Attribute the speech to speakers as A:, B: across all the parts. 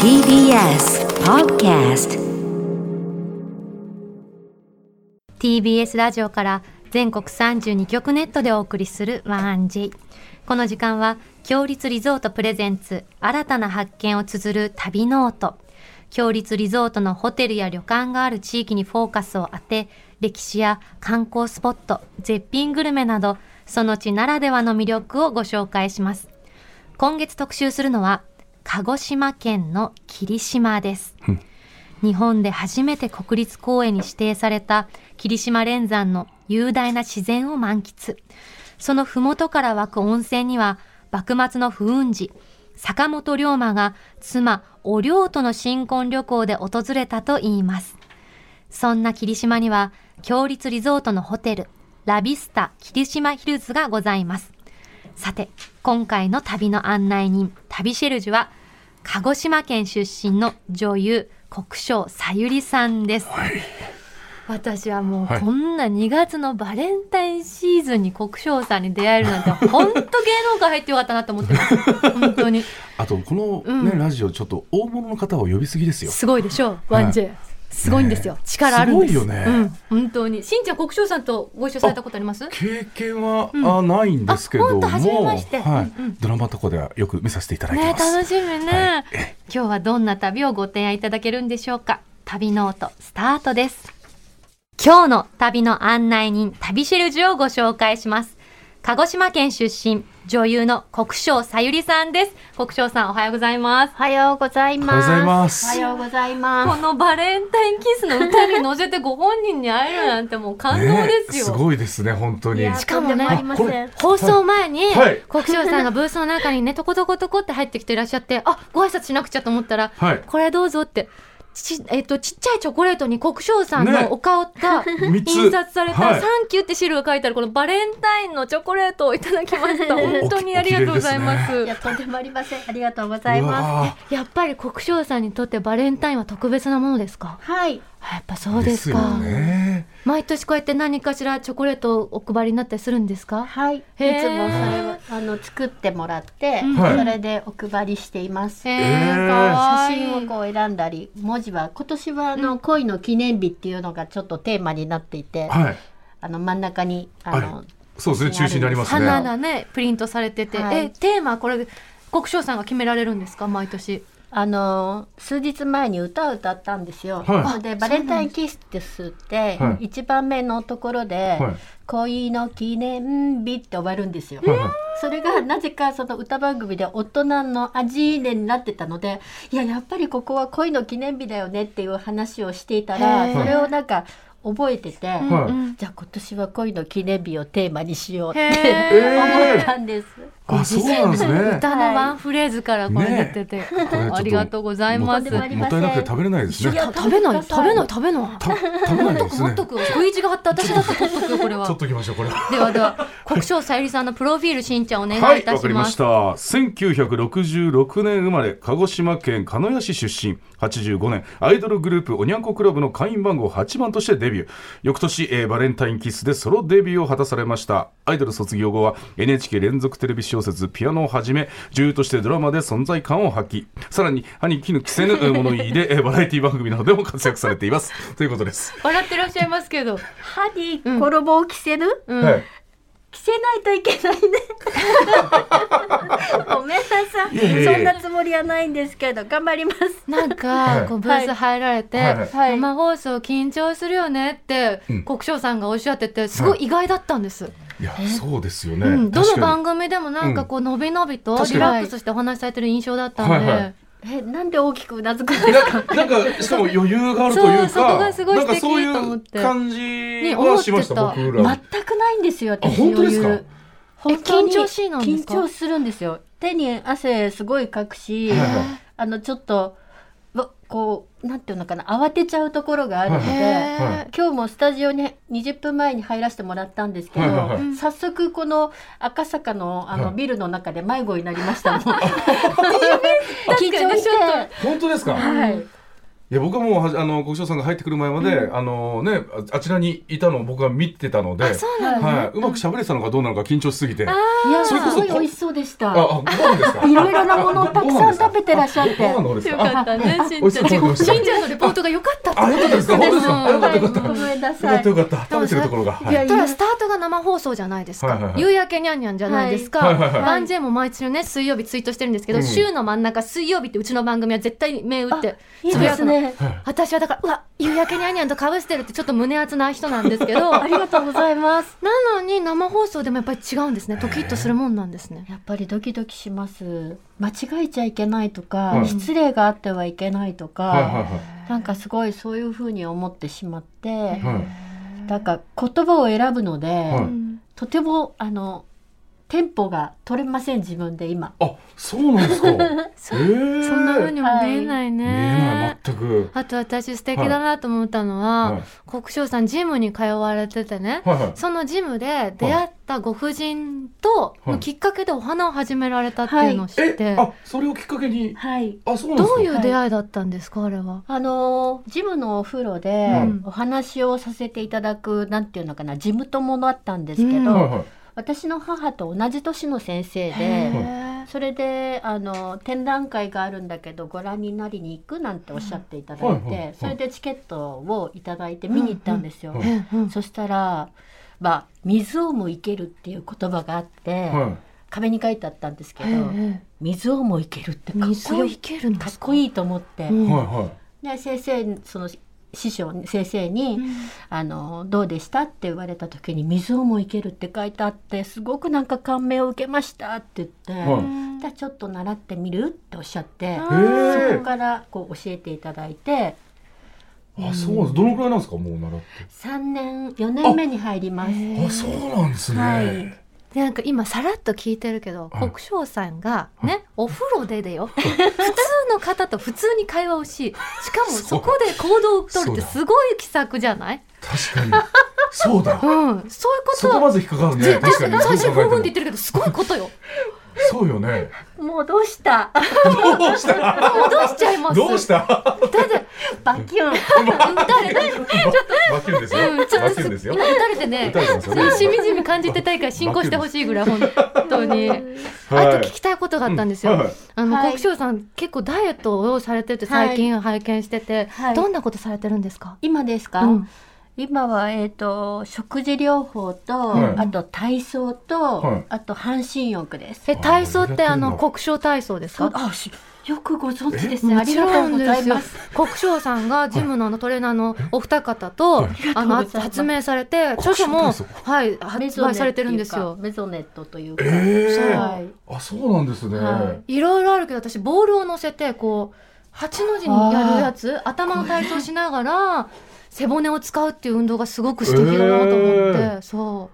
A: TBS Podcast
B: TBS ラジオから全国32局ネットでお送りする「ワン j この時間は「強立リゾートプレゼンツ新たな発見」を綴る旅ノート強立リゾートのホテルや旅館がある地域にフォーカスを当て歴史や観光スポット絶品グルメなどその地ならではの魅力をご紹介します今月特集するのは鹿児島県の霧島です日本で初めて国立公園に指定された霧島連山の雄大な自然を満喫。その麓から湧く温泉には、幕末の不運時、坂本龍馬が妻、お龍との新婚旅行で訪れたといいます。そんな霧島には、強立リゾートのホテル、ラビスタ霧島ヒルズがございます。さて、今回の旅の案内人、旅シェルジュは、鹿児島県出身の女優、国生さゆりさんです。私はもう
C: はい
B: こんな2月のバレンタインシーズンに国生さんに出会えるなんて、本当芸能界入ってよかったなと思ってます。 本当に。
C: あとこの、
B: うん
C: ねラジオちょっと大物の方を呼びすぎですよ
B: すごいでしょう、
C: はい
B: 1J。すごいんですよ。力あるんです。
C: すごいよね
B: うん、本当に。しんちゃん、国生さんとご一緒されたことあります
C: 経験は、
B: うん
C: あないんですけど
B: あほん
C: も
B: と初めまして
C: はい
B: うんうん
C: ドラマとかではよく見させていただいて
B: ね
C: ま
B: え
C: す、
B: 楽しみね、
C: は
B: 今日はどんな旅をご提案いただけるんでしょうか旅ノートスタートです今日の旅の案内人旅シェルジュをご紹介します鹿児島県出身女優の国生さゆりさんです国生さんおはようございます
D: おはようござい
C: おはよう
D: ま
C: ご
D: す。
C: ざいます
D: おはようござい
B: こ
D: ま
B: のバレンタインキスの歌に乗せてご本人に会えるなんてもう感動ですよ、
C: ねすごいですね本当に
D: す。
B: しかもね
D: ありません。
B: 放送前に、
C: はい
B: 国生さんがブースの中にね、とことことこって入ってきていらっしゃって、あご挨拶しなくちゃと思ったら、
C: はい
B: これどうぞって。ちえっと、ちっちゃいチョコレートに国生さん
C: ね
B: のお顔が
C: 三つ
B: 印刷された、
C: はい
B: サンキューってシールが書いてあるこのバレンタインのチョコレートをいただきました
D: お
B: 本当にありがとうございま
C: お
B: す
D: いやとんでもありません。ありがとうございうま
C: わ
B: やっぱり国生さんにとってバレンタインは特別なものですか
D: す。はい。
B: やっぱそ
C: ー
B: う
C: で
B: です
C: す
B: か
C: よね
B: 毎年こうやって何かしらチョコレートをお配りになったりするんですか
D: はい。いつもそ
B: へー
D: れをあの作ってもらって、
B: うん
C: はい
D: それでお配りしています。
B: え
C: え
B: ー、
C: ー
B: かわ
D: 写
B: いい
D: 真をこう選んだり、文字は今年はあの、恋の記念日っていうのがちょっとテーマになっていて、
C: はい
D: あの真ん中にあの、
C: はそうですね中心になりますね
B: 花がねプリントされてて、
D: はい
B: えテーマこれ国生さんが決められるんですか毎年
D: あの数日前に歌を歌ったんですよ。
C: はい
D: それでバレンタインキスですって
C: はい
D: 一番目のところで
C: はい
D: 「恋の記念日」って終わるんですよ。
C: はいはい
D: それがなぜかその歌番組で大人の味でになってたのでいややっぱりここは恋の記念日だよねっていう話をしていた
B: へ
D: ら
B: ー
D: それをなんか覚えてて、
C: はい
B: うん
D: じゃあ今年は恋の記念日をテーマにしようっ
B: へ
D: て
B: ー
D: 思ったんです。
C: あそうなんですね
B: 歌のワンフレーズからこれ出てて、
C: これちょっと
B: ありがとうございます
D: とんでもあり
C: も
D: ま
C: っ
D: せ
C: た
D: ん
C: いなくて食べれないです
D: い
C: ね
D: や
B: 食べない食べない食べない
C: た食べないで す
B: 持っ
C: ね
B: とくよ食い意地が張って私だって取っとくよこれは
C: 取っときましょうこれは
B: ではでは国生さゆりさんのプロフィールしんちゃんお願
C: はい
B: い
C: い、
B: た
C: わ
B: し
C: かりま
B: ま
C: し
B: す、
C: た。1966年生まれ、鹿児島県鹿屋市出身、85年、アイドルグループおにゃんこクラブの会員番号8番としてデビュー。翌年、えーバレンタインキスでソロデビューを果たされました。アイドル卒業後は NHK 連続テレビ小説ピアノをはじめ、女優としてドラマで存在感を発揮。さらに、兄貴の着せぬえー物言いで、えーバラエティ番組などでも活躍されています。ということです。
B: 笑ってらっしゃいますけど、
D: 歯に衣を着せる、
B: うん
C: はい
D: 着せないといけ ないね。ごめんなさい
C: いえいえいえ
D: そんなつもりはないんですけど、頑張ります。
B: なんか
C: い
B: こうブース入られて、
C: はい
D: はい
B: 生放送緊張するよねって
C: うん
B: 国生さんがおっしゃっててすごい意外だったんです、
C: いや、そうですよね。
B: うん、ど
C: 確
B: の
C: かに
B: 番組でもなんかこうのびのびと
C: 確かに
B: リラックスしてお話しされてる印象だったんで、
C: はいはい
D: え、なんで大きくうなずくんです
C: な
D: か。
C: なんかしかも余裕があるというか
B: そうそこがすごい
C: なんか
B: 素敵
C: そうい
B: と思っ
C: う
B: て
C: 感じはしました
B: ね思ってた
C: 僕らは
D: 全くないんですよ。
C: あ
D: 私
C: 本当ですか
D: 余裕本当に
B: え緊張しいなんですか
D: 緊張するんですよ。手に汗すごいかくし、
C: はいはい
D: あのちょっとわこうなんていうのかな慌てちゃうところがあるので。
C: はい
B: へー
C: はい
D: 今日もスタジオに20分前に入らせてもらったんですけど、
C: はいはいはい
D: 早速この赤坂のあ
C: は
D: の
C: い
D: ビルの中で迷子 になりましたもん緊
B: 確かに
D: 張して
B: ちょっ
C: 本当ですか
D: はい
C: いや僕はもうはじあの国生さんが入ってくる前まで、あのねああちらにいたのを僕は見てたので
E: そうなの、
C: はいうまく喋れてたのかどうなのか緊張しすぎてあ
D: いや
C: そ
D: す
C: れこそ
D: ごい美味しそうでした。
C: あご飯ですか
D: いろいろなものをたくさん食べてらっしゃって
C: ご飯の方です
E: よ
C: か
E: かったね、しん
C: おい
E: ち
C: し
E: ゃ。
C: そう
E: し
C: んでございました
E: んちゃんのレポートが良かったって
C: あよかったですか本当ですかあよかったよかった
D: ごめんな
C: よか
D: さ
C: った
D: い
C: よ。かった食べてるところがはい
D: いや
C: い
D: い
B: ただスタートが生放送じゃないですか、
C: はいはいはい
B: 夕焼けにゃんにゃんじゃないですか、
C: はいはいはい
B: バンジェも毎週ね水曜日ツイートしてるんですけど、
C: うん
B: 週の真ん中水曜日ってうちの番組は絶対に目打って
D: いい
B: つぶ
D: で
B: や
D: す
B: くの、
D: ね。
B: 私はだからうわ夕焼けにゃんにゃんとかぶしてるってちょっと胸熱な人なんですけど
D: ありがとうございます。
B: なのに生放送でもやっぱり違うんですねドキッとするもんなんですね
D: やっぱりドキドキします。間違えちゃいけないとか、
C: はい
D: 失礼があってはいけないとか、
C: はいはい
D: なんかすごいそういうふうに思ってしまって、
C: はいはい
D: なんか言葉を選ぶので、
C: はい
D: とてもあのテンポが取れません自分で今。
C: あそうなんですか
B: そ
C: そ
B: んな風にも見えないね、
C: 見えない全く
B: あと私素敵だなと思ったのは、
C: はい
B: 国生さんジムに通われててね、
C: はいはい
B: そのジムで出会ったご婦人と、
C: はい
B: きっかけでお花を始められたっていうのを知って、
C: えあそれをきっかけに
D: はい。
C: あそうなんです
B: ど
C: か
B: ういう出会いだったんですか、あれは。
D: あのージムのお風呂で
B: うん
D: お話をさせていただく、なんていうのかなジム友だったんですけど、
B: うん
C: はいはい
D: 私の母と同じ年の先生
B: へ
D: で。
B: ー
D: それであの展覧会があるんだけどご覧になりに行くなんておっしゃっていただいて、
C: はいはいはい
D: それでチケットをいただいて見に行ったんですよ。
C: うんうん
B: うんうん
D: そしたら、まあ、水をも生けるっていう言葉があって、
C: はい
D: 壁に書いてあったんですけど、
B: へ
D: 水をも生けるって
B: ー
D: かっ
B: 水
D: こ
B: を
D: い
B: い
D: い
B: けるんで
D: かっ
B: すか
D: こいいと思って、
B: うん
C: はいは
D: で先生その師匠先生に、
B: ん
D: あの「どうでした?」って言われた時に「水をも生ける」って書いてあってすごくなんか感銘を受けましたって言って。
C: いはい
D: じゃあちょっと習ってみるっておっしゃって
B: あ
C: へー
D: そこからこう教えていただいて
C: あそうなんですどのくらいなんですかもう習って
D: 3年4年目に入ります。
C: あそうなんですね
D: はい
B: でなんか今さらっと聞いてるけど、
C: はい
B: 国生さんがね、お風呂ででよ普通の方と普通に会話をししかも
C: そ
B: そうこで行動を取るっ
C: そう
B: て
C: だ
B: すごい気さくじゃない
C: 確かにそうだ
B: うん、そういうこ
C: そ
B: と
C: こ
B: は
C: まず引っかかるね
B: 絶対
C: 確か
B: 最
C: に
B: 初
C: どう考
B: 5
C: えて
B: 分
C: も
B: って言ってるけどすごいこと よ
C: そうよね
D: もうどうした
C: どうした
B: どうしちゃいます
C: どうした
B: だって
D: バキュン
B: 打たれて
C: バキュンですよ
B: うんちょ
C: バ
B: っ
C: キ
B: と
C: ュン
B: す
C: ですよ
B: 今打たれてね
C: 打たれてますよね
B: しみじみ感じてたいから進行してほしいぐらい本当にあ
C: はい
B: と聞きたいことがあったんですよ、
C: うんはい
B: あの、
D: はい
B: 国生さん結構ダイエットをされてて最近拝見してて、
D: はい
B: どんなことされてるんですか、
D: 今ですか、
B: うん
D: 今は、えー、と食事療法と、
C: はい
D: あと体操と、
C: はい
D: あと半身浴です。
B: え体操ってあ
C: あ
B: の
C: やってんだ
B: 国生体操です
D: そう
B: か
D: あしよくご存知ですね。あ
B: も
D: り
B: ち
D: が
B: ろ
D: とうんご
B: で
D: ざい
B: すよ
D: ます。。
B: 国生さんがジムのあのトレーナーのお二方と、あの
D: ありがとうございます
B: 発明されて著書も
C: 国生体
B: はい発売されてるんですよ。
D: メゾネットというか。
C: え
D: はい
C: えあそうなんですね
D: はい
B: ろいろあるけど私ボールを乗せてこう八の字にやるやつ頭の体操しながら背骨を使うっていう運動がすごく素敵だなと思って、
C: え
B: そ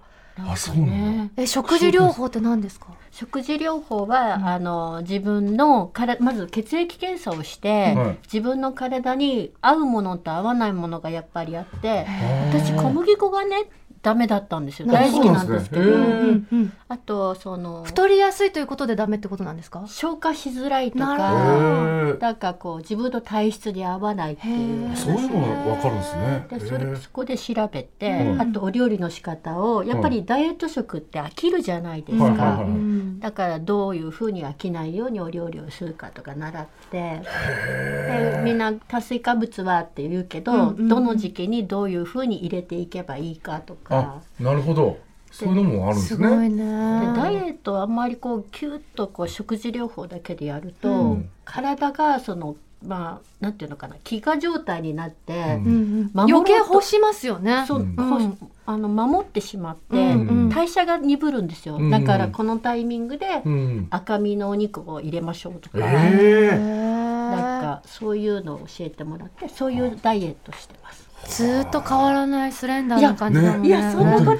C: あそうなんだ
B: うえ食事療法って何ですか
D: 食事療法は、あの自分のからまず血液検査をして、
C: はい
D: 自分の体に合うものと合わないものがやっぱりあって私
C: あー
D: 小麦粉がねダメだったんですよ大好きなんですけど
C: そうなんですねへー
B: うんうん
D: あとその
B: 太りやすいということでダメってことなんですか
D: 消化しづらいと
B: なる
D: か
B: ほ
C: へ
D: なんかこう自分の体質に合わないっていう
B: へー
C: え
D: 話
C: そういうのがわかるんですね
D: でそ
C: へ
D: れ
C: え
D: そこで調べて、
C: うん
D: あとお料理の仕方をやっぱりダイエット食って飽きるじゃないですか、
C: はいはいはい
B: うん
D: だからどういうふうに飽きないようにお料理をするかとか習ってでみんな炭水化物はって言うけど、
B: うんうん
D: どの時期にどういうふうに入れていけばいいかと
C: あ
D: か。
C: なるほどそういうのもあるんですす
B: ごい
C: ね
B: ね
D: でダイエットはあんまりこうキュッとこう食事療法だけでやると、
C: うん
D: 体がそのまあなんていうのかな飢餓状態になって、
C: ん
B: うんうん
D: 守ろう
B: 余
D: と
B: 計欲しますよね
D: そう、
C: うん
D: こうあの守ってしまって、
B: うんうん
D: 代謝が鈍るんですよ、
C: うん
D: だからこのタイミングで
C: うん
D: 赤身のお肉を入れましょうとか、
C: ええ
D: なん
B: なんか
D: かそういうのを教えてもらってそういうダイエットしてます。
B: ずーっと変わらないスレンダーな感じだもんね
C: い
D: とな
B: あそんな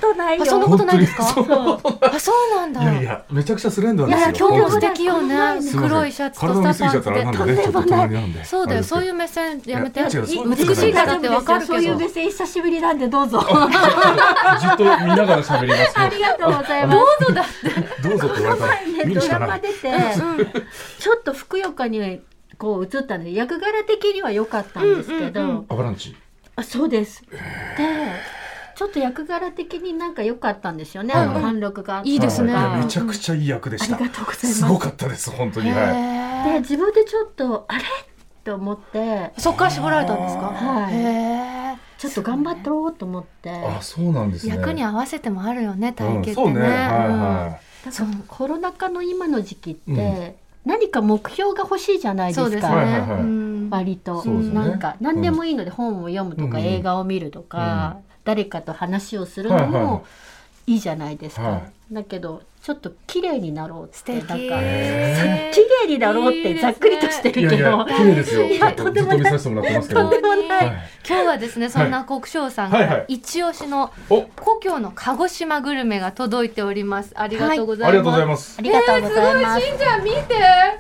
B: ことないですか
C: 本当にそ
B: あそうなんだ
C: いやいやめちゃくちゃスレンダー
B: い
C: で
B: や
C: す
B: い
C: よ
B: や今日も素敵よね
C: すいません
B: 黒いシャツと
C: 体を見
B: ス
C: すぎ
B: タ
C: ちゃ
B: パン
C: っ
B: ツ
C: たらあれなん
B: で
C: でねちょっと隣なんで
B: そうだよそういうう目線やめて
C: いや違うそういう目線
B: 美しいからってわかるけ
D: そういう
B: ど
D: 目線久しぶりなんでどうぞ。
C: じっと見ながら喋ります
D: あ
C: け
D: りがとうございます。
C: どうぞだってどうぞって言われたら
D: 前
C: 見
D: ね
C: る
D: ド
C: しか
D: ラ
C: な
D: マ
C: い
D: 出て、ちょっとふくよかにこう映ったので役柄的には良かったんですけど、
B: うんうんう
C: アバランチ
D: あそうですでちょっと役柄的になんか良かったんですよね、あの貫禄があって
B: いいですね
C: はめちゃくちゃいい役でした、
D: ありがとうございます
C: すごかったです本当にはい
B: へ
D: で
B: え
D: 自分でちょっとあれと思って
B: そっから絞られたんですか
D: はい
B: へえ
D: ちょっと頑張ろうと思って
C: あそうなんですね
B: 役に合わせてもあるよね体型ってね,、
C: うん、そうねはいは
D: だ
B: そ
D: か
B: う
D: らコロナ禍の今の時期って、
C: うん
D: 何か目標が欲しいじゃないです
B: そ
D: か
B: うですね、
C: はいはいはい
B: うん
D: 割と、
C: そうですね
D: なんか何でもいいので本を読むとか、
C: うん
D: 映画を見るとか、誰かと話をするの
C: はいは
D: もいいじゃないですか、
C: は
D: だけどちょっと綺麗になろうって
B: 素敵
D: なんか綺
B: へー
D: 麗になろうっ
B: いい
D: て
B: ですね
D: ざっくりとして
C: いい
D: る
C: や
D: け
C: いや
D: ど
C: 綺麗ですよ
B: い
C: ちょっ
B: や
C: とずっと見させてもらってますけど
D: とんでもない
C: はい
B: 今日はですねそんな国生さんか
C: はいは
B: ら
C: い
B: 一押しの
C: お
B: 故郷の鹿児島グルメが届いておりますありがとうござ
C: あり
B: い
C: がとう
B: ま
C: ご
B: す
C: ざいます
D: ありがとうございます,、
B: しんちゃん見て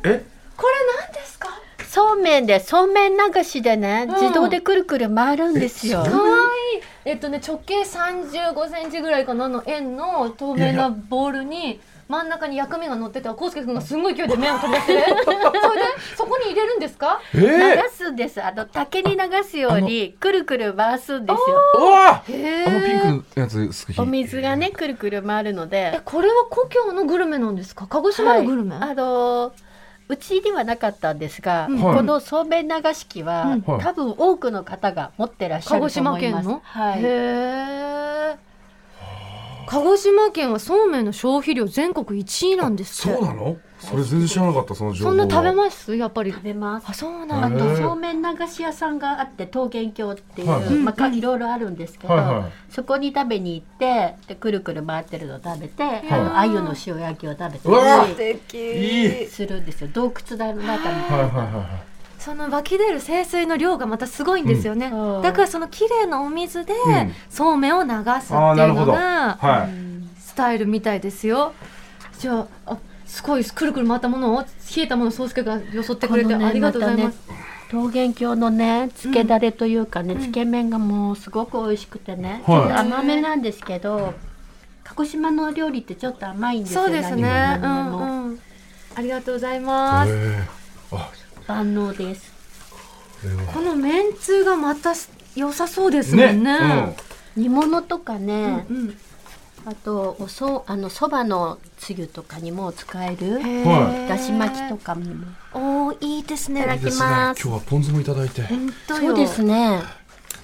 C: え
B: これ何ですか
D: そうめんでそうめん流しでね、
B: ん
D: 自動でくるくる回るんですよ
B: かわいいえっとね直径3 5センチぐらいかなの円の透明なボールに真ん中に薬味が乗っててあ康介君がすんごい勢いで麺を 取り出してるそれでそこに入れるんですか
C: え
D: 流
C: ー、
D: すんですあの竹に流すようにくるくる回すんですよ
C: うわ
B: へ
C: あのピン
B: え
C: クのやつ好き
D: お水がねくるくる回るので
B: えこれは故郷のグルメなんですか鹿児島のグルメ、
D: はいあのーうちにはなかったんですが、
B: うん
C: はい
D: このそうめん流し器は、
B: うん
C: はい
D: 多分多くの方が持ってらっしゃ
B: 鹿
D: ると思い
B: 児島
D: ます。
B: 県の、
D: はい。
B: へえ鹿児島県はそうめんの消費量全国1位なんですって
C: そうなのそれ全然知らなかったその情報
B: そんな食べますやっぱり
D: 食べます。
B: あそう
C: へ
B: な
D: あ
B: ん
C: ー
B: だ
D: とそうめん流し屋さんがあって桃源郷っていう、
C: はいはい
D: まあかいろいろあるんですけど、
C: はいはい
D: そこに食べに行ってでくるくる回ってるのを食べて、あの鮎の塩焼きを食べ
C: うわ
D: たり
C: いい
D: するんですよ洞窟だの中に。
C: はいはいはいは
B: その湧き出る清水の量がまたすごいんですよね、
D: うん
B: だからその綺麗なお水で
C: ん
B: そうめんを流すっていう
C: あーなるほ
B: の
C: ど
B: が
C: いはい
B: スタイルみたいですよじゃああすごいくるくる回ったものを冷えたものを宗介がよそってくれて
D: このね
B: ありがとうございます、
D: たね桃源郷のねつけだれというかね、つけ麺がもうすごく美味しくて
C: はい
D: ね、ちょっと甘めなんですけど鹿児島の料理ってちょっと甘いんですよ
B: そうですね
D: 何
B: う
D: も何も
B: んうんありがとうございます、
C: えー、あ
D: 万能です
C: これは
B: このめんつゆがまたす良さそうですもんね
D: 煮物とかね、
B: うんうん
D: あとおそあのそばのつゆとかにも使える
B: へ
C: は
B: ー
D: だし巻きとかにも
B: おーいいですね
D: いただ
C: うん、
D: きます
C: 今日はポン酢もいただいてい
B: 本当よ
D: そうですね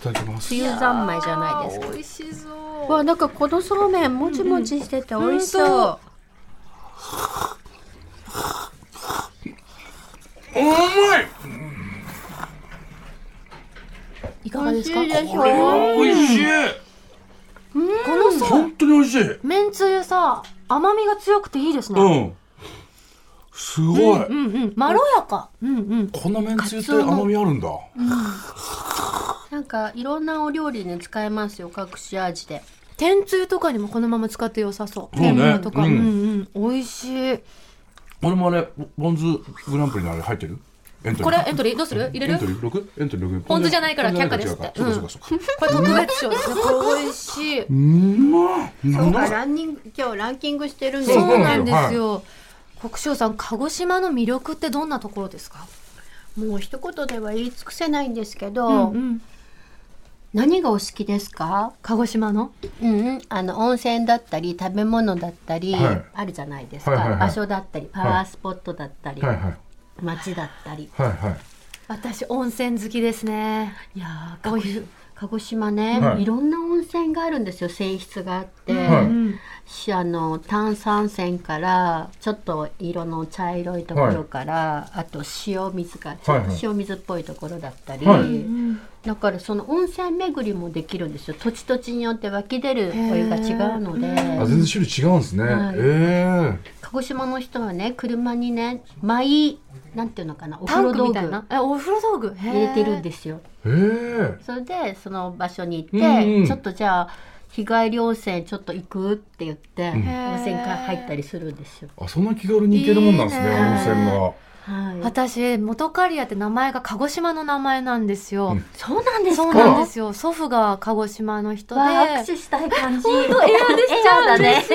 C: ただきます
D: つゆ三昧じゃないですか
B: あー美味しそう
D: わなんかこのそうめんもちもちしてて美味しそう、
B: うんうん
C: うまい
B: いかがですか
D: 美味しいでし
C: これは美味しい
B: このそう
C: 本当に美味しい
B: めんつゆさ甘みが強くていいですね、
C: うんすごい、
B: うんうんまろやかうんうん
C: こんなめんつゆって甘みあるんだ
D: なんかいろんなお料理に使えますよ隠し味で
B: 天つゆとかにもこのまま使って良さそう
C: そうね
B: 天ぷらとかう
C: うんん
B: うん美味しい
C: 俺もあれポン酢グランプリのあれ入ってるエントリー
B: これエントリーどうする入れ
C: エントリ
B: る
C: ー六エントリー六
B: ポン酢じゃないから
C: ポン酢じゃ
B: 却下
C: な
B: で
C: い
B: すって
C: から違うかそ
B: これ特別賞
C: うかそうか
B: ですねこれ美味しいう
C: まっ
D: 今
C: な
D: 日ランニング今日ランキングしてるんで
B: そ
C: そ
D: す
C: うう
D: よ
B: な
C: なんん
B: で
C: ですよ
B: すよ国生さん鹿児島の魅力ってどんなところですか
D: もう一言では言い尽くせないんですけ
B: う
D: ど、
B: ん
D: 何がお好きですか
B: 鹿児島の
D: うんうんあの温泉だったり食べ物だったり、
C: はい
D: あるじゃないですか、
C: はいはいはい
D: 場所だったりパワースポットだったり、
C: はいはい
D: 街だったり
C: はいはい
B: 私温泉好きですね
D: いやー
B: お湯
D: 鹿児島ね、
C: はい
D: い、ろんな温泉があるんですよ泉質があって、
C: は
B: う
C: い
B: ん
D: しあの炭酸泉からちょっと色の茶色いところから、あと塩水がちょっ
C: はいは
D: と
C: い
D: 塩水っぽいところだったり、
C: はい
B: うん
D: だからその温泉巡りもできるんですよ土地土地によって湧き出るお湯が違うので、
C: あ全然種類違うんですね、
D: はい
C: え
D: 鹿児島の人はね車にね舞なんていうのかなお
B: タ
D: 風
B: ン
D: 呂
B: クみ
D: 道
B: たい
D: 具
B: なえお風呂道具
D: 入れてるん
B: で
D: ですよ。
C: えええ
D: それでその場所に行って、
C: うんうん
D: ちょっとじゃあ日帰り温泉ちょっと行くって言って、
B: ー
D: 温泉から入ったりするんですよ。
C: あそんな気軽に行けるもんなんですね
B: いいね
C: 温泉が
D: はい、
B: 私元刈谷って名前が鹿児島の名前なんですよ、
C: うん
D: そうなんです
B: そう
D: か
B: なんですよ祖父が鹿児島の人で
D: わあ握手したい感じ。本当
B: エアでしちゃう
D: だね。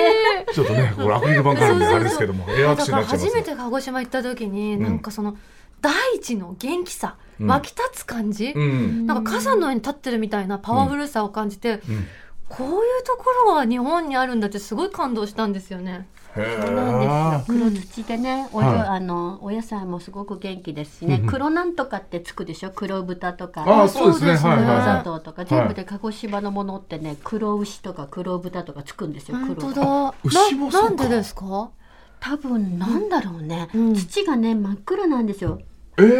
C: ちょっとねこれアクリル板があるんで
B: そうそうそう
C: あれですけどもエアアク
B: だ
C: シ
B: から
C: になっちゃいます
B: 初めて鹿児島行った時に、
C: ん
B: なんかその大地の元気さ、
C: うん
B: 湧き立つ感じ、
C: うん
B: なんか傘の上に立ってるみたいなパワフルさを感じて、
C: うん
B: こういうところが日本にあるんだってすごい感動したんですよね。
C: へ
D: そうなん
C: え
D: ですよ黒土でね、およ
C: はい
D: あのお野菜もすごく元気ですしね、
C: うんうん
D: 黒なんとかってつくでしょ黒豚とか
C: あーそうですね
B: そうですね
C: はいはい
D: 黒砂
C: は
D: 糖とか全部で鹿児島のものってね黒牛とか黒豚とかつくんですよ
B: 本
D: 黒
B: 当
D: が
B: だ。な
C: 牛もそう
B: な
C: か
B: んでですか？
D: 多分なんだろうね、
B: うん
D: 土がね真っ黒なんですよ、
C: いえ
B: へ
C: え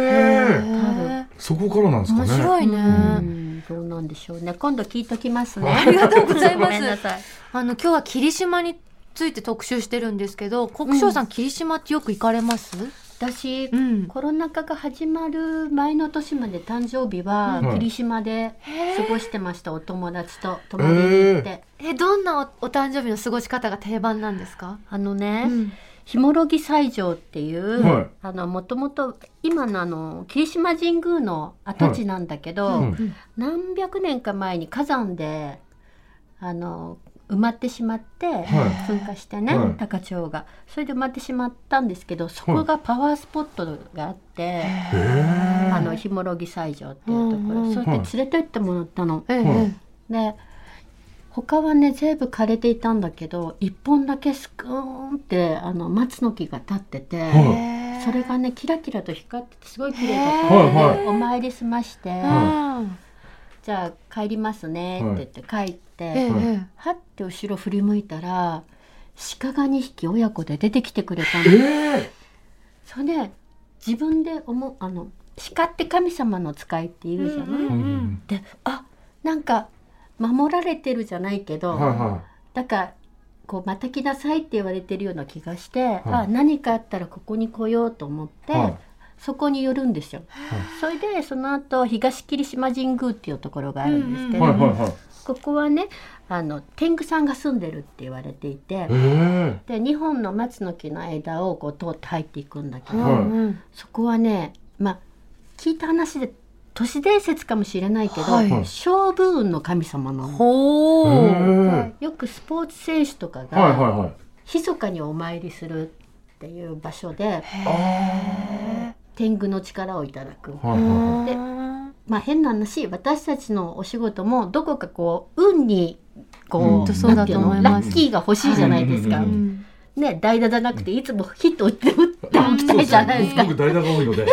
B: ー
C: そこからなんですか
B: 面
C: ね
B: 白いね。
D: うんどうなんでしょうね今度聞いときますね
B: ありがとうございま
D: ごめんな
B: す。
D: さい
B: あの今日は霧島について特集してるんですけど、国章さん、霧島ってよく行かれます？
D: 私、
B: ん。
D: コロナ禍が始まる前の年まで誕生日は
C: うん
D: 霧島で
B: へ
D: 過
B: ー
D: ごしてました、お友達と泊まりに行って、
B: えどんなおお誕生日の過ごし方が定番なんですか？
D: あのね、
B: うん
D: ひもろぎ斎場っていう、
C: はい
D: あのもともと今のあの霧島神宮の跡地なんだけど、
C: うん
D: 何百年か前に火山であの埋まってしまって、噴火してね、
C: はい
D: 高千穂がそれで埋まってしまったんですけどそこがパワースポットがあって、
C: へえ
D: あのひもろぎ斎場っていうところ、
B: うんうん
D: そうやって連れてってもらったの。
B: ええ
C: はい
D: で他はね全部枯れていたんだけど一本だけスクーンってあの松の木が立ってて、
B: え
C: は
B: え
D: それがねキラキラと光っててすごい綺麗
B: へ
D: だっ
B: ー
D: たので、
C: はいはい
D: お参り済まして、
B: うん
D: じゃあ帰りますねって言って帰って、
B: ええ
C: はい
B: ええ
D: はって後ろ振り向いたら鹿が2匹親子で出てきてくれた
C: え
D: の。
C: え
D: それで自分で思うあの鹿って神様の使いって言うじゃない、
B: うんうん
D: であなんか守られてるじゃないけ
C: は
D: ど、
C: いは
D: だからこうまた来なさいって言われてるような気がして、あ何かあったらここに来ようと思って、
C: はい
D: そこに寄るんですよ、それでその後東霧島神宮っていうところがあるんですけ
C: い
D: ど、
C: はいはいはい
D: ここはねあの天狗さんが住んでるって言われていて
C: ええ
D: で2本の松の木の間をこう通って入っていくんだけど、
C: はい
B: うん
D: そこはねまあ聞いた話で都市伝説かもしれないけど、
B: はい
D: 勝負運の神様なの。
B: ほ
C: え
B: う。
C: え
D: よくスポーツ選手とかが、
C: はいはいはい
D: 密かにお参りするっていう場所で
C: あ
D: 天狗の力をいただく、
C: あはいは
B: で
D: まあ変な話私たちのお仕事もどこかこう運にこ
C: うん
D: う,、
C: そう
D: な
C: だ
D: んてい
C: と
D: うの
C: 思い
D: ラ
C: ます
D: ッキーが欲しいじゃないですか、
C: うんうん
D: ね代打じゃなくていつもヒット打って打っておきたいじゃないですか、
C: 僕代打が多いので、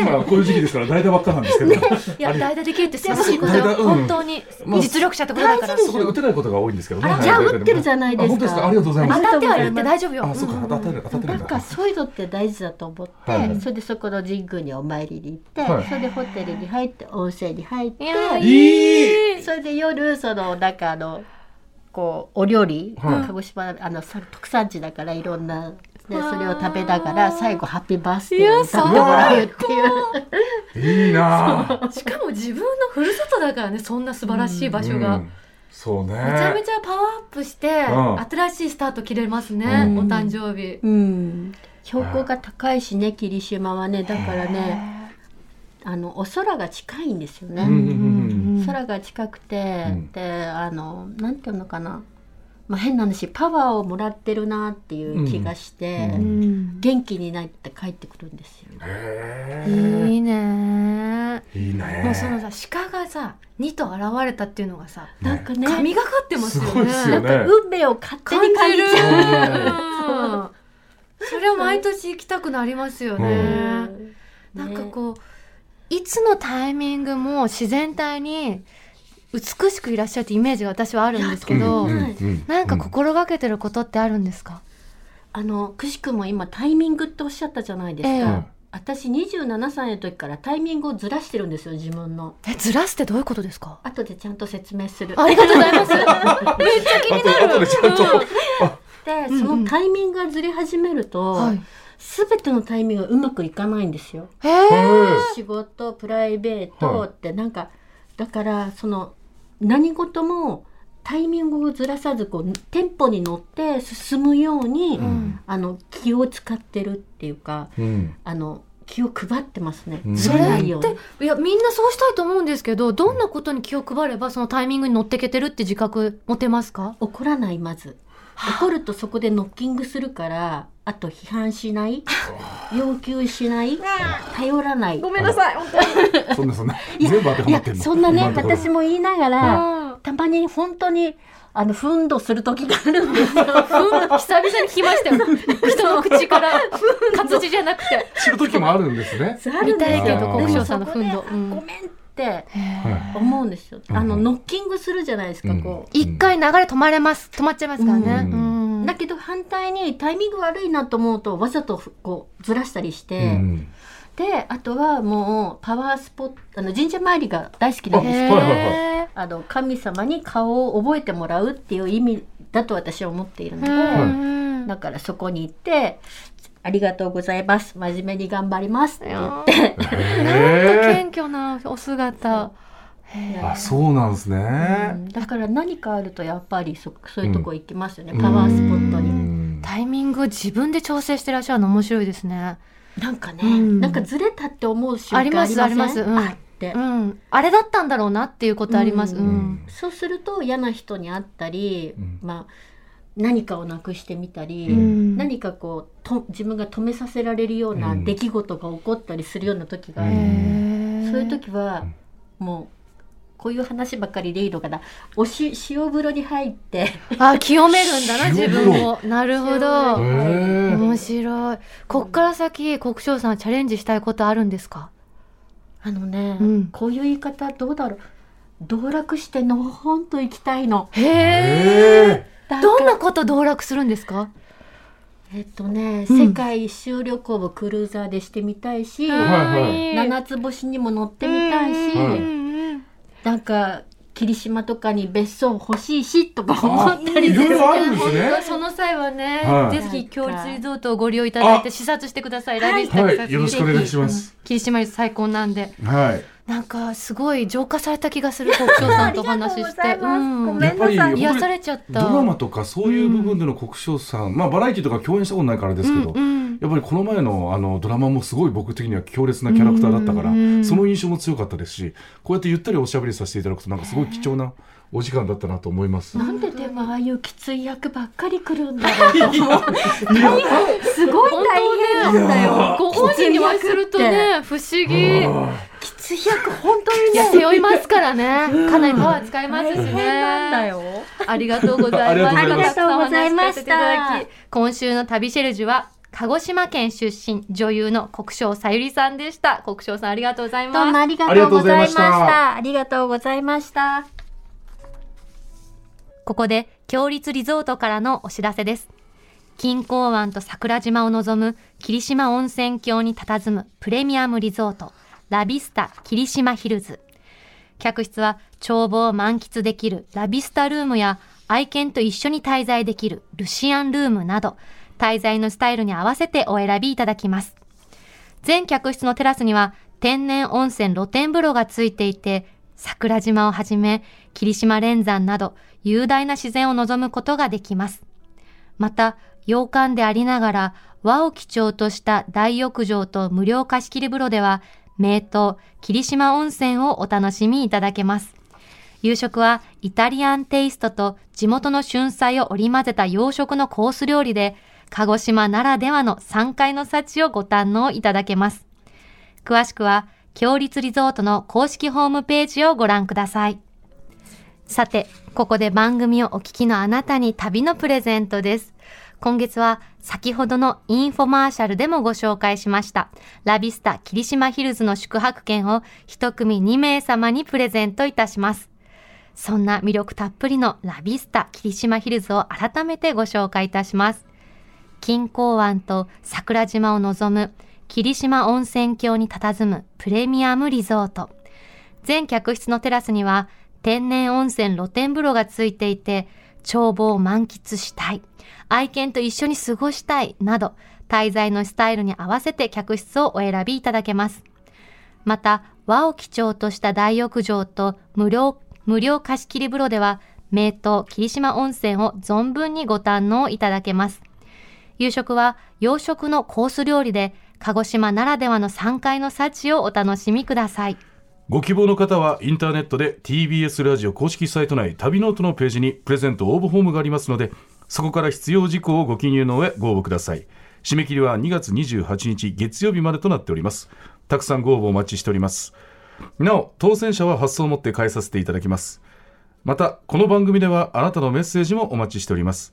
C: 今こういう時期ですから代打ばっかなんですけ
B: い
C: ど、
B: や
C: あれ
B: 代打できるって素晴らしいことだ
C: 代打
B: よ
C: うん
B: 本当に実力者ってことだから
C: そこで打てないことが多いんですけどね。
D: あらじゃあ打ってるじゃないですか
C: あ本当ですか。ありがとうございま
B: 当
C: す。
B: たってはいるって大丈夫よ
C: あ、そうか。当たってる当たって
D: な
C: るん
D: ん
C: だ。
D: かそういうのって大事だと思って、
C: はい
D: それでそこの神宮にお参りに行って、
C: はい
D: それでホテルに入って温泉に入って
B: いやー
C: いい。
D: それで夜そのなんかあのこうお料理、
C: はい
D: 鹿児島のあのさ特産地だからいろんな、ね、そ
B: わー
D: れを食べながら最後ハッピーバースデ
B: いや
D: ーを歌ってもらうっていう
C: いいなあ。
B: しかも自分のふるさとだからねそんな素晴らしい場所が、
C: うん。そう
B: め
C: ね。
B: ちゃめちゃパワーアップして、
C: うん
B: 新しいスタート切れますね、
C: うん
B: お誕生日、
D: うん標高が高いしね霧島はねだからねあのお空が近いんですよね、
C: うんうんうん
D: 空が近くて、
C: うん
D: であのなんていうのかな、まあ、変な話パワーをもらってるなっていう気がして、
C: うん
B: うん
D: 元気になって帰ってくるんですよ。
C: うん。へ
B: いいね
C: え。いい
B: もうその
C: ね。
B: さ鹿がさ2と現れたっていうのがさ
D: なんかね
B: 神がかってますよね
C: すごいっすよね
D: なんか運命を勝手に感じちゃ
B: う
D: う。
B: んそれは毎年行きたくなりますよね、
D: うん
B: なんかこう、いつのタイミングも自然体に美しくいらっしゃるってイメージが私はあるんですけど、
C: うんうんうん
B: なんか心がけてることってあるんですか、
D: あのくしくも今タイミングっておっしゃったじゃないです
B: ええ
D: か。私27歳の時からタイミングをずらしてるんですよ自分の。
B: えずらすってどういうことですか
D: 後でちゃんと説明する。
B: あり がとうございます
C: あと後でちゃんと。
D: でそのタイミングがずれ始めると、
B: はい
D: 全てのタイミングがうまくいかないんですよ。
B: へえ
D: 仕事プライベー
C: はい
D: トってなんか、だからその何事もタイミングをずらさずこうテンポに乗って進むように、
C: ん
D: あの気を使ってるっていうか
C: うん。
D: あの気を配ってますね。
C: うん
D: ず
B: そ
D: れ
B: れ
D: ないよ
B: っ
D: うに。
B: ていやみんなそうしたいと思うんですけどどんなことに気を配ればそのタイミングに乗ってけてるって自覚持てますか
D: 怒らないまず怒るとそこでノッキングするからあと批判しない要求しない頼らない
F: ごめんなさい本当に
C: そんなそんな全部当てはいま
D: や
C: ってんの
D: そんなね
C: 今のところ
D: 私も言いながらたまに本当にあの憤怒する時があるんですよ
F: うん久々に聞きました よ人の口から活字じゃなくて
C: 知る時もあるんですね
D: あ
F: 見
D: るん
F: た
D: で
F: い
D: す
F: け
D: よ
F: ど国生さんの奮
D: でも
F: 闘
D: そこで
F: うん
D: ごめんって
C: は
D: 思うんですよあの
C: うん
D: ノッキングするじゃないですかこう、
F: 一回流れ止まれます止まっちゃいますからね
C: う
F: うん
D: だけど反対にタイミング悪いなと思うとわざとこうずらしたりして、
C: うん
D: であとはもうパワースポットあの神社参りが大好きなんです
F: へ
D: け
F: ー
C: は
D: ど、
C: いはい
D: あの神様に顔を覚えてもらうっていう意味だと私は思っているので、
F: うん
D: だからそこに行って「ありがとうございます真面目に頑張ります」って
F: い
D: 言
F: や
D: っ
F: ー
D: て
C: へ
F: 謙虚なお姿
C: えあそうなんです
D: う
C: ね
D: んだから何かあるとやっぱりそそういうとこ行きますよね、
C: うん
D: パワースポット
C: う
D: に。
C: ん
F: タイミングを自分で調整してらっしゃるの面白いですね
D: なんかね、
F: うん
D: なんかずれたって思う瞬間
F: あ
D: あ
F: り
D: りま
F: ます
D: せん
F: ありますうん
D: あって、
F: うんあれだったんだろうなっていうことあります
D: う
F: うん
D: そうすると嫌な人に会ったり、
C: うん
D: まあ何かをなくしてみたり、
C: うん
D: 何かこうと自分が止めさせられるような
C: うん
D: 出来事が起こったりするような時があ
C: う
D: る、
C: ん
D: そういう時はもうこういう話ばっかりでいいのかなおし 塩風呂に入って
F: あ清めるんだな自
C: 塩風呂
F: 分をなるほ
D: 塩
F: ど
D: 風呂
C: へー
F: 面白いこっから先国生さんはチャレンジしたいことあるんですか
D: あのね、
F: うん
D: こういう言い方どうだろう道楽してのほんと行きたいの。
F: へ
C: へ
F: え
D: だから
F: どんなこと道楽するんですか
D: えっとね、
F: うん
D: 世界一周旅行をクルーザーでしてみたいし、
C: んはいはい
D: 七つ星にも乗ってみたいし、
C: うんはい
D: なんか霧島とかに別荘欲しいしとか思ったり
C: いろいろあるんです
F: 本当
C: ね
F: その際はね、
C: はい
F: ぜひ共立リゾートをご利用いただいて
C: あ
F: 視察してください。ラビスタ
C: はいよろしくお願いします
F: 霧島率最高なんで、
C: はい
F: なんかすごい浄化された気がする国生さんとお話しして、
D: ありがとうございますごめん
C: やっぱり
F: うん癒されちゃった。
C: ドラマとかそういう部分での国生さん、まあバラエティとか共演したことないからですけど、
F: うんうん
C: やっぱりこの前のあのドラマもすごい僕的には強烈なキャラクターだったから、
F: うんうん
C: その印象も強かったですしこうやってゆったりおしゃべりさせていただくとなんかすごい貴重なお時間だったなと思います。
D: なんででもああいうきつい役ばっかり来るんだろうと思うすごい
F: 本
D: 大
F: 当
D: 変なんだ
F: ね
D: よ。
F: ご本人にお会いするとね、不思議。
D: きつい役本当に
F: い
D: ね
F: や、背負いますからね。かなりパワー使いますし
D: 大
F: ね。
D: 変なんだよ。
F: ありがとうございます。
C: ありが
D: とうございま
F: たくさんお話しさせ
D: す
F: ていただき今週の旅シェルジュは、鹿児島県出身、女優の国生さゆりさんでした。国生さん、ありがとうござい
D: どうも
F: ます。
D: ありがとうございまし
C: あ
D: た。ありがとうございました。
B: ここで、強立リゾートからのお知らせです。錦江湾と桜島を望む霧島温泉郷に佇むプレミアムリゾート、ラビスタ霧島ヒルズ。客室は眺望を満喫できるラビスタルームや愛犬と一緒に滞在できるルシアンルームなど、滞在のスタイルに合わせてお選びいただきます。全客室のテラスには天然温泉露天風呂がついていて、桜島をはじめ、霧島連山など雄大な自然を望むことができます。また、洋館でありながら和を基調とした大浴場と無料貸し切り風呂では、名湯霧島温泉をお楽しみいただけます。夕食はイタリアンテイストと地元の春菜を織り交ぜた洋食のコース料理で、鹿児島ならではの3階の幸をご堪能いただけます。詳しくは、強立リゾートの公式ホームページをご覧ください。さて、ここで番組をお聞きのあなたに旅のプレゼントです。今月は先ほどのインフォマーシャルでもご紹介しました。ラビスタ霧島ヒルズの宿泊券を一組2名様にプレゼントいたします。そんな魅力たっぷりのラビスタ霧島ヒルズを改めてご紹介いたします。錦江湾と桜島を望む霧島温泉郷に佇むプレミアムリゾート。全客室のテラスには天然温泉露天風呂がついていて、眺望を満喫したい、愛犬と一緒に過ごしたいなど、滞在のスタイルに合わせて客室をお選びいただけます。また、和を基調とした大浴場と無料、無料貸し切り風呂では、名湯霧島温泉を存分にご堪能いただけます。夕食は洋食のコース料理で、鹿児島ならではの3階の幸をお楽しみください。
C: ご希望の方はインターネットで TBS ラジオ公式サイト内旅ノートのページにプレゼント応募フォームがありますのでそこから必要事項をご記入の上ご応募ください締め切りは2月28日月曜日までとなっておりますたくさんご応募お待ちしておりますなお当選者は発送をもって返させていただきますまたこの番組ではあなたのメッセージもお待ちしております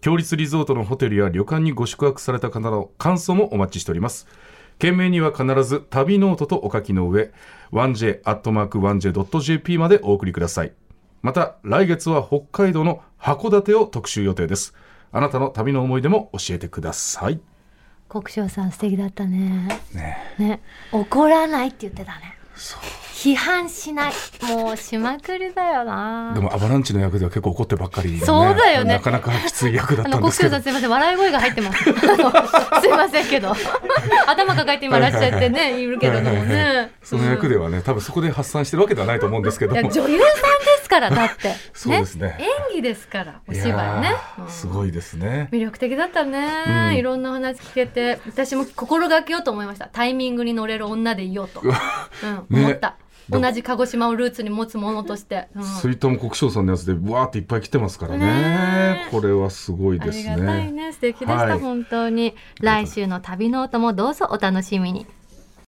C: 強立リゾートのホテルや旅館にご宿泊された方の感想もお待ちしております件名には必ず旅ノートとお書きの上 1j.1j.jp までお送りくださいまた来月は北海道の函館を特集予定ですあなたの旅の思い出も教えてください
B: 国生さん素敵だったねね怒らないって言ってたね批判しないもうしまくりだよな
C: でもアバランチの役では結構怒ってばっかりのね、
B: そうだよね
C: なかなかきつい役だっ
B: あ
C: た
B: の
C: ん
B: 国
C: ですけ
B: 生
C: ど
B: さんすいません笑い声が入ってます あのすいませんけど 頭抱えて今らっしゃってねいるけれども
C: はいはいはい
B: ね
C: その役ではね多分そこで発散してるわけではないと思うんですけど
B: いや
C: も
B: 女優さんですからだって
C: そうですね
B: 演技ですからお芝
C: い
B: 居ね
C: やーすごいですね
B: 魅力的だったね、
C: うん
B: いろんなお話聞けて私も心がけようと思いましたタイミングに乗れる女でいようと、うん、
C: ね
B: 思った、同じ鹿児島をルーツに持つものとして、うん
C: 水遁国生さんのやつでわーっていっぱい来てますからね
B: ねー
C: これはすごい
B: あ
C: です
B: り
C: ね
B: がたいね素敵でした、
C: はい
B: 本当に来週の旅ノートもどうぞお楽しみに